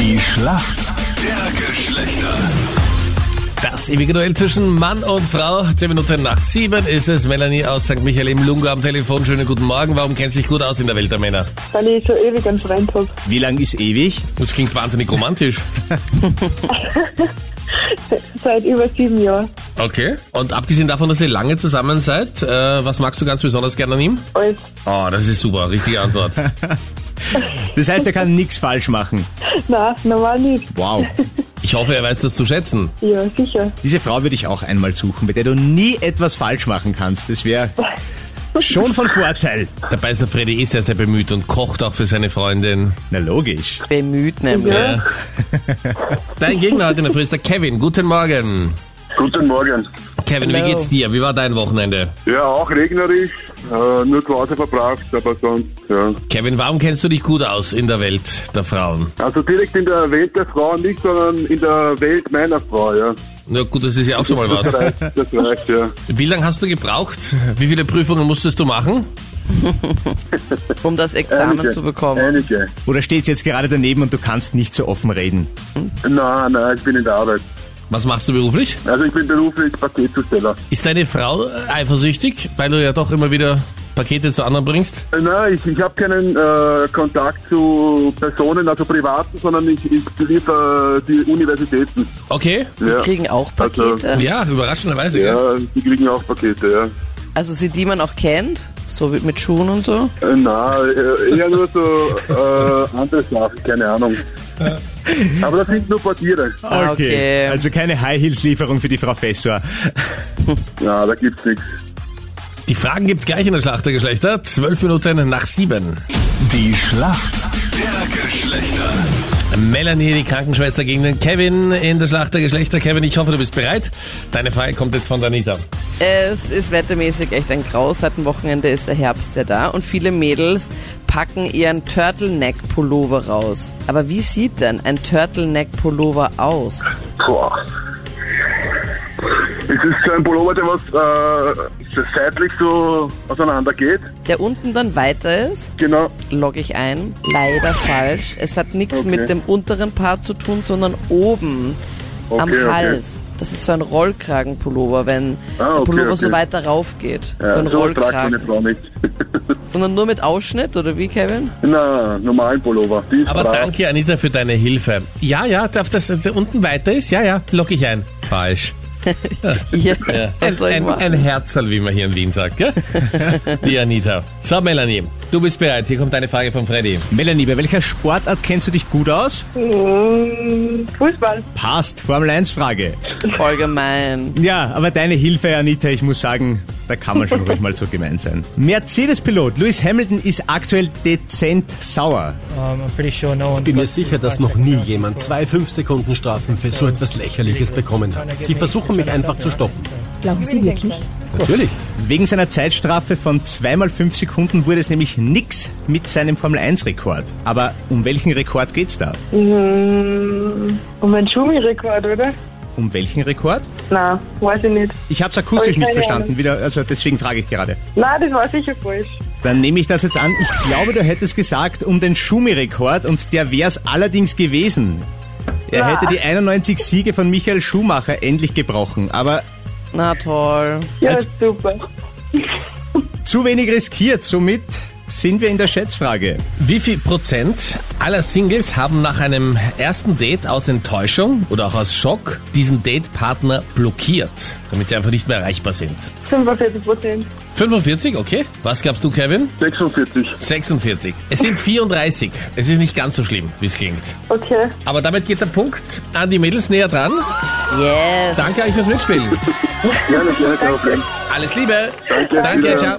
Schlacht der Geschlechter. Das ewige Duell zwischen Mann und Frau. Zehn Minuten nach sieben ist es. Melanie aus St. Michael im Lungo am Telefon. Schönen guten Morgen. Warum kennt sich gut aus in der Welt der Männer? weil ich schon ewig einen Freund habe. Wie lang ist ewig? Das klingt wahnsinnig romantisch. Seit über sieben Jahren. Okay. Und abgesehen davon, dass ihr lange zusammen seid, äh, was magst du ganz besonders gerne an ihm? Alles. Oh, das ist super. Richtige Antwort. Das heißt, er kann nichts falsch machen. Nein, normal nicht. Wow. Ich hoffe, er weiß das zu schätzen. Ja, sicher. Diese Frau würde ich auch einmal suchen, bei der du nie etwas falsch machen kannst. Das wäre schon von Vorteil. Dabei ist der Freddy eh sehr, sehr bemüht und kocht auch für seine Freundin. Na logisch. Bemüht nämlich. Ja. Äh. Dein Gegner heute in der Früh ist der Kevin. Guten Morgen. Guten Morgen. Kevin, wie Hallo. geht's dir? Wie war dein Wochenende? Ja, auch regnerisch, äh, nur zu Hause verbracht, aber sonst, ja. Kevin, warum kennst du dich gut aus in der Welt der Frauen? Also direkt in der Welt der Frau nicht, sondern in der Welt meiner Frau, ja. Na gut, das ist ja auch schon mal Das was. reicht, das reicht, ja. Wie lange hast du gebraucht? Wie viele Prüfungen musstest du machen? Um das Examen zu bekommen. Einige. Oder steht's jetzt gerade daneben und du kannst nicht so offen reden? Nein, nein, ich bin in der Arbeit. Was machst du beruflich? Also ich bin beruflich Paketzusteller. Ist deine Frau äh, eifersüchtig, weil du ja doch immer wieder Pakete zu anderen bringst? Äh, Nein, ich, ich habe keinen äh, Kontakt zu Personen, also Privaten, sondern ich, ich liefere die Universitäten. Okay, Ja. Kriegen auch Pakete. ja, überraschenderweise. gell? Ja, die kriegen auch Pakete, ja. Also sie, die man auch kennt, so wie mit Schuhen und so. Äh, Nein, äh, eher nur so äh, andere Sachen, keine Ahnung. Aber das sind nur Portiere. Ah, okay. Also keine High Heels Lieferung für die Frau Fessor. Ja, da gibt's nichts. Die Fragen gibt's gleich in der Schlacht der Geschlechter. Zwölf Minuten nach sieben. Die Schlacht der Geschlechter. Melanie, die Krankenschwester gegen den Kevin in der Schlacht der Geschlechter. Kevin, ich hoffe, du bist bereit. Deine Frage kommt jetzt von Danita. Es ist wettermäßig echt ein Graus. Seit dem Wochenende ist der Herbst ja da und viele Mädels packen ihren Turtleneck-Pullover raus. Aber wie sieht denn ein Turtleneck-Pullover aus? Boah. Es ist so ein Pullover, der was äh, seitlich so auseinander geht. Der unten dann weiter ist, Genau. logge ich ein. Leider falsch. Es hat nichts Okay. mit dem unteren Part zu tun, sondern oben am Okay, okay. Hals. Das ist so ein Rollkragenpullover, wenn Ah, der okay, Pullover so okay. weiter rauf geht. so ein so tragt meine Rollkragen. Frau nicht. Und dann nur mit Ausschnitt, oder wie, Kevin? Na, normalen Pullover. Die ist Aber brav. danke, Anita, für deine Hilfe. Ja, ja, darf das, dass der unten weiter ist? Ja, ja, lock ich ein. Falsch. Ja, was Ein, soll ich ein, machen? ein Herzerl, wie man hier in Wien sagt, gell? die Anita. So, Melanie, du bist bereit. Hier kommt deine Frage von Freddy. Melanie, bei welcher Sportart kennst du dich gut aus? Mm, Fußball. Passt, Formel 1 Frage. Voll gemein. Ja, aber deine Hilfe, Anita, ich muss sagen, da kann man schon ruhig mal so gemein sein. Mercedes-Pilot Lewis Hamilton ist aktuell dezent sauer. Ich bin mir sicher, dass noch nie jemand zwei 5-Sekunden-Strafen für so etwas Lächerliches bekommen hat. Sie versuchen mich einfach zu stoppen. Glauben Sie wirklich? Natürlich. Wegen seiner Zeitstrafe von 2 mal 5 Sekunden wurde es nämlich nix mit seinem Formel-1-Rekord. Aber um welchen Rekord geht's da? Mm, um einen Schumi-Rekord, oder? Um welchen Rekord? Nein, weiß ich nicht. Ich hab's akustisch Oh, nicht keine verstanden, wieder, also deswegen frage ich gerade. Nein, das war sicher falsch. Dann nehme ich das jetzt an. Ich glaube, du hättest gesagt, um den Schumi-Rekord und der wär's allerdings gewesen. Er Na. hätte die 91 Siege von Michael Schumacher endlich gebrochen, aber Na toll. Ja, Als- super. zu wenig riskiert. Somit sind wir in der Schätzfrage. Wie viel Prozent aller Singles haben nach einem ersten Date aus Enttäuschung oder auch aus Schock diesen Datepartner blockiert, damit sie einfach nicht mehr erreichbar sind? 45 Prozent. 45, okay. Was glaubst du, Kevin? 46. 46. Es sind 34. Es ist nicht ganz so schlimm, wie es klingt. Okay. Aber damit geht der Punkt an die Mädels näher dran. Yes. Danke euch fürs Mitspielen. Gerne, gerne, kein Problem. Alles Liebe. Danke. Danke, Wiederhören. ciao.